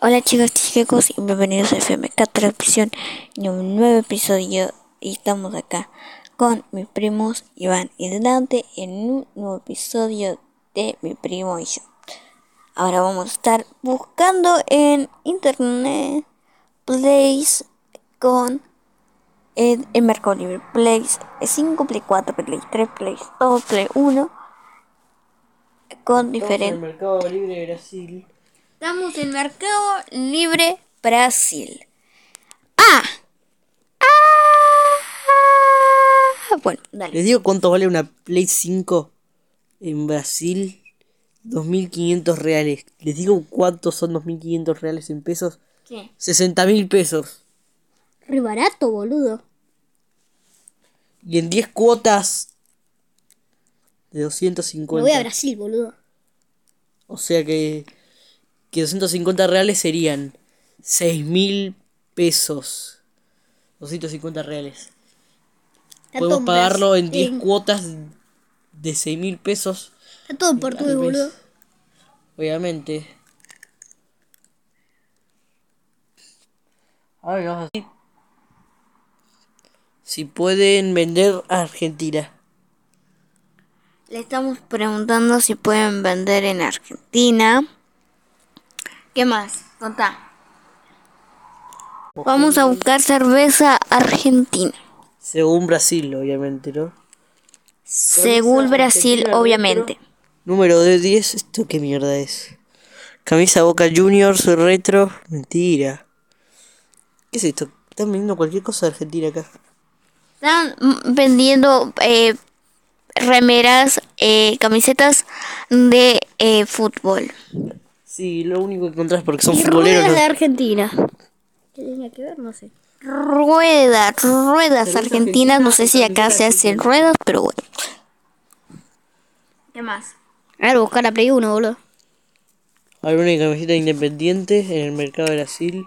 Hola chicos, chicos y bienvenidos a FMK Televisión en un nuevo episodio y estamos acá con mis primos Iván y Dante en un nuevo episodio de mi primo y yo. Ahora vamos a estar buscando en internet plays con en, en Mercado Libre plays 5 play 4 play 3 play 2 play 1 con Estamos en el diferentes Mercado Libre de Brasil. Estamos en Mercado Libre Brasil. ¡Ah! ¡Ah! Bueno, dale. ¿Les digo cuánto vale una Play 5 en Brasil? 2.500 reales. ¿Les digo cuántos son 2.500 reales en pesos? ¿Qué? 60.000 pesos. Re barato, boludo. Y en 10 cuotas de 250. Brasil, boludo. O sea que, que 250 reales serían 6.000 pesos. 250 reales. Podemos pagarlo en 10 cuotas de 6.000 pesos. Está todo en Tal vez. Obviamente. Ahora vamos a- Si pueden vender a Argentina. Le estamos preguntando si pueden vender en Argentina. ¿Qué más? Contá. Vamos a buscar cerveza argentina. Según Brasil, obviamente, ¿no? Según Brasil, obviamente. Número de 10, ¿esto qué mierda es? Camisa Boca Juniors, retro. Mentira. ¿Qué es esto? Están vendiendo cualquier cosa de Argentina acá. Están mm, vendiendo eh, remeras, eh, camisetas de eh, fútbol. Sí, lo único que encontrás porque son futboleros. ¿no? Argentina. ¿Qué tenía que ver? No sé. Ruedas, ruedas argentinas. No sé si acá se hacen ruedas, pero bueno. ¿Qué más? A ver, buscar la Play 1, boludo. Alguna camiseta independiente en el mercado de Brasil.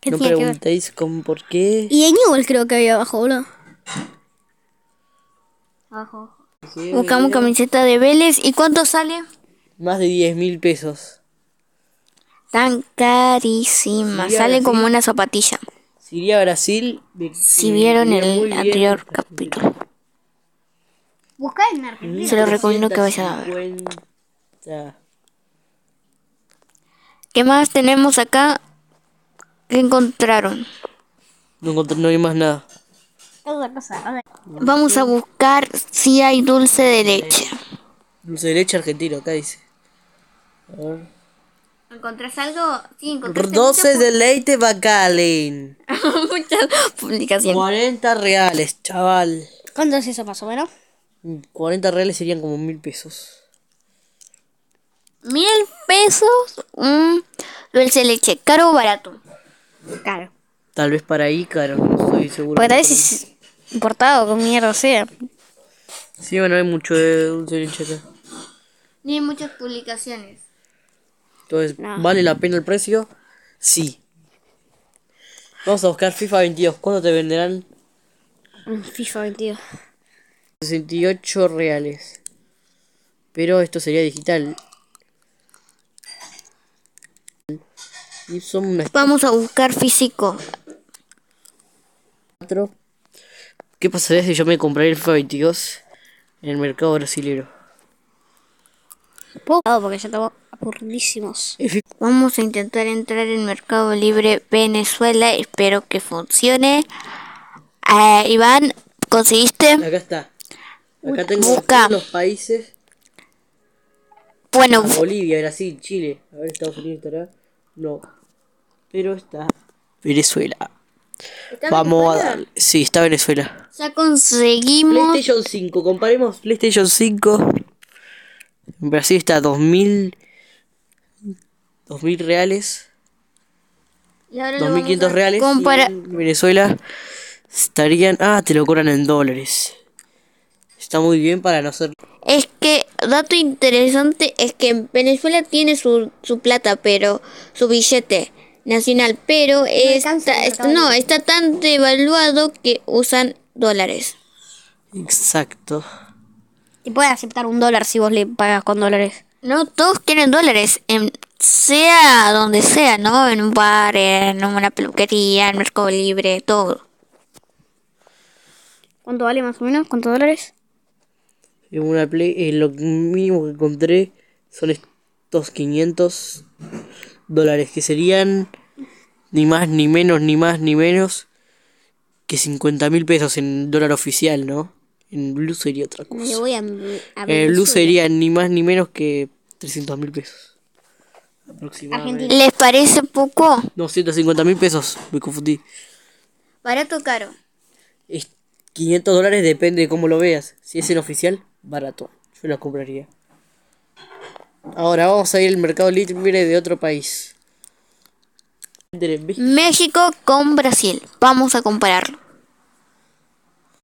¿Qué no tiene que ver? preguntéis con por qué. Y en Newell creo que había abajo, boludo. Abajo. Buscamos camiseta de Vélez. ¿Y cuánto sale? Más de 10 mil pesos. Tan carísima. Sí, Sale ahora como una zapatilla. Si iría a Brasil, me- Si me vieron iría muy el bien. anterior capítulo. Buscá en Argentina. Se los recomiendo que vayan a ver. 350. ¿Qué más tenemos acá? ¿Qué encontraron? No encontré, no hay más nada. Otra cosa. a ver. Vamos a buscar si hay dulce de leche. Dulce de leche argentino, acá dice. A ver. ¿Encontrás algo? Sí, Dulce de leite bacalín. muchas publicaciones. 40 reales, chaval. ¿Cuánto es eso más o menos? Mm, 40 reales serían como mil pesos. Mil pesos un dulce de leche, caro o barato. Claro. Tal vez para ahí, caro, no estoy seguro. Pues Porque tal vez es importado con mierda sea. Sí, bueno, hay mucho de dulce de leche acá. Ni hay muchas publicaciones. Entonces, ¿vale la pena el precio? Sí. Vamos a buscar FIFA 22. ¿Cuándo te venderán? Un FIFA 22. 68 reales. Pero esto sería digital. Y son unas Vamos a buscar físico. 4. ¿Qué pasaría si yo me compraría el FIFA 22 en el mercado brasileño? Poco. Porque ya estamos aburridísimos. El FIFA Vamos a intentar entrar en Mercado Libre Venezuela. Espero que funcione. Eh, Iván, ¿conseguiste? Acá está. Acá tengo Busca. todos los países. Bueno, Bolivia, Brasil, Chile. A ver, Estados Unidos estará. No. Pero está. Venezuela. Vamos a darle. Sí, está Venezuela. ya conseguimos. PlayStation 5. Comparemos PlayStation 5. En Brasil está a 2000. 2000 reales. Y ahora lo vamos a 2500 reales. y compara- en Venezuela estarían. Ah, te lo cobran en dólares. Está muy bien para no ser. Es que, dato interesante, es que Venezuela tiene su, su plata, pero su billete nacional, pero alcanza está, el está- no, está tan devaluado que usan dólares. Exacto. Y puedes aceptar un dólar si vos le pagas con dólares. No todos quieren dólares en sea donde sea, ¿no? En un bar, en una peluquería, en Mercado Libre, todo. ¿Cuánto vale más o menos? ¿Cuántos dólares? En una Play, eh, lo mínimo que encontré son estos 500 dólares, que serían ni más, ni menos, ni más, ni menos que 50 mil pesos en dólar oficial, ¿no? En Blue sería otra Me cosa. voy a, a En el Blue sería ni más, ni menos que 300 mil pesos. Aproximadamente. ¿Les parece poco? No, 150 mil pesos, me confundí. Barato caro. Es 500 dólares depende de cómo lo veas. Si es el oficial, barato. Yo lo compraría. Ahora vamos a ir al mercado libre de otro país. Entre México México con Brasil. Vamos a compararlo.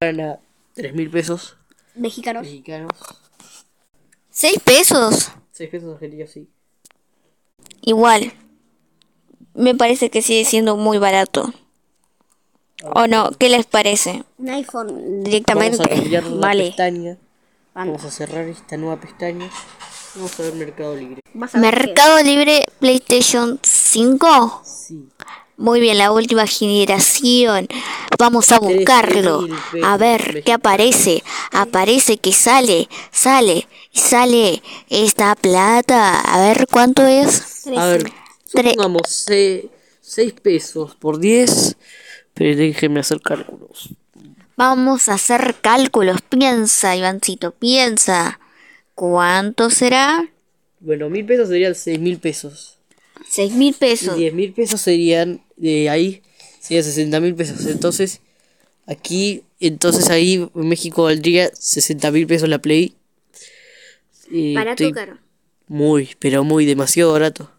a 3 mil pesos Mexicanos. mexicanos. Seis pesos. 6 pesos argentinos, sí. Igual. Me parece que sigue siendo muy barato. ¿O no? ¿Qué les parece? Un iPhone Vamos a directamente. cambiar la Vale. pestaña. Vamos. Vamos a cerrar esta nueva pestaña. Vamos a ver mercado libre. Vas a ver qué- Mercado Libre PlayStation 5. Sí. Muy bien, la última generación. Vamos a buscarlo. A ver qué aparece. Aparece que sale, sale, y sale esta plata. A ver cuánto es. A ver, Tres. supongamos 6 pesos por 10. Pero déjenme hacer cálculos. Vamos a hacer cálculos. Piensa, Ivancito, piensa. ¿Cuánto será? Bueno, mil pesos serían seis mil pesos. Seis mil Y pesos. diez mil pesos serían de ahí, serían 60 mil pesos. Entonces, aquí, entonces ahí en México valdría 60 mil pesos la Play. Y estoy Muy, pero muy, demasiado barato.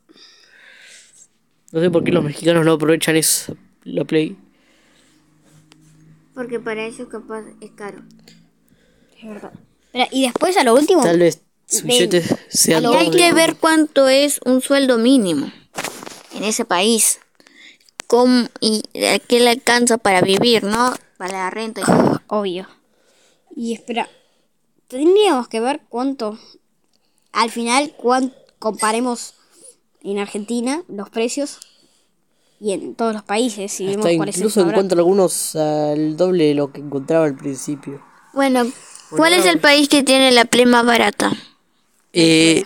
No sé por qué los mexicanos no aprovechan eso, la Play. Porque para ellos capaz es caro. Es verdad. Espera, y después a lo último. Tal vez sus billetes sean Y hay todos que de- ver cuánto es un sueldo mínimo en ese país. Cómo, y a qué le alcanza para vivir, ¿no? Para la renta. y- Obvio. Y espera, tendríamos que ver cuánto. Al final, cuán, comparemos en Argentina los precios y en todos los países y vemos Hasta cuál es el incluso más barato. encuentro algunos al doble de lo que encontraba al principio. Bueno, ¿cuál es el país que tiene la play más barata? Eh,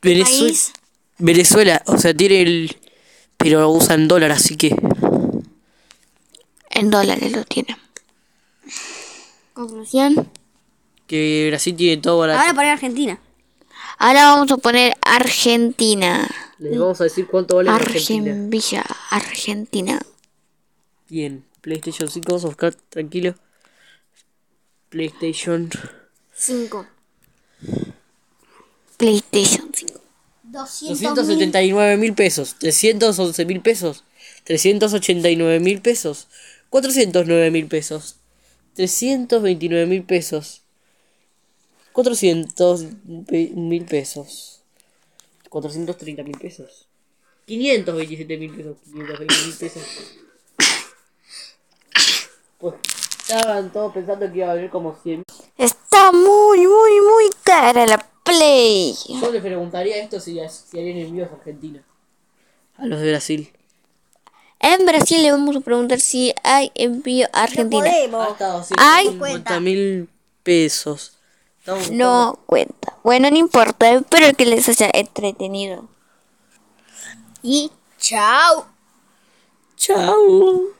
Venezue- País. Venezuela, o sea, tiene el... Pero usan dólar, así que... En dólares lo tiene. Conclusión. Que Brasil tiene todo barato. Ahora para Argentina. Ahora vamos a poner Argentina. Les vamos a decir cuánto vale en Argentina. Argenvilla, Argentina. Bien, PlayStation 5, vamos a buscar, tranquilo. PlayStation 5. PlayStation 5. 279 mil pesos, 311 mil pesos, 389 mil pesos, 409 mil pesos, 329 mil pesos, 400 mil pesos, 430 mil pesos, 527 mil pesos, 520 mil pesos. Pues estaban todos pensando que iba a haber como 100 Está muy, muy, muy cara la Play. Yo le preguntaría esto si, si harían envíos a Argentina. A los de Brasil. En Brasil le vamos a preguntar si hay envío a Argentina. Hasta Ay. 250 mil pesos. Estamos- No cuenta. Bueno, no importa. Espero que les haya entretenido. Y chao. Chau.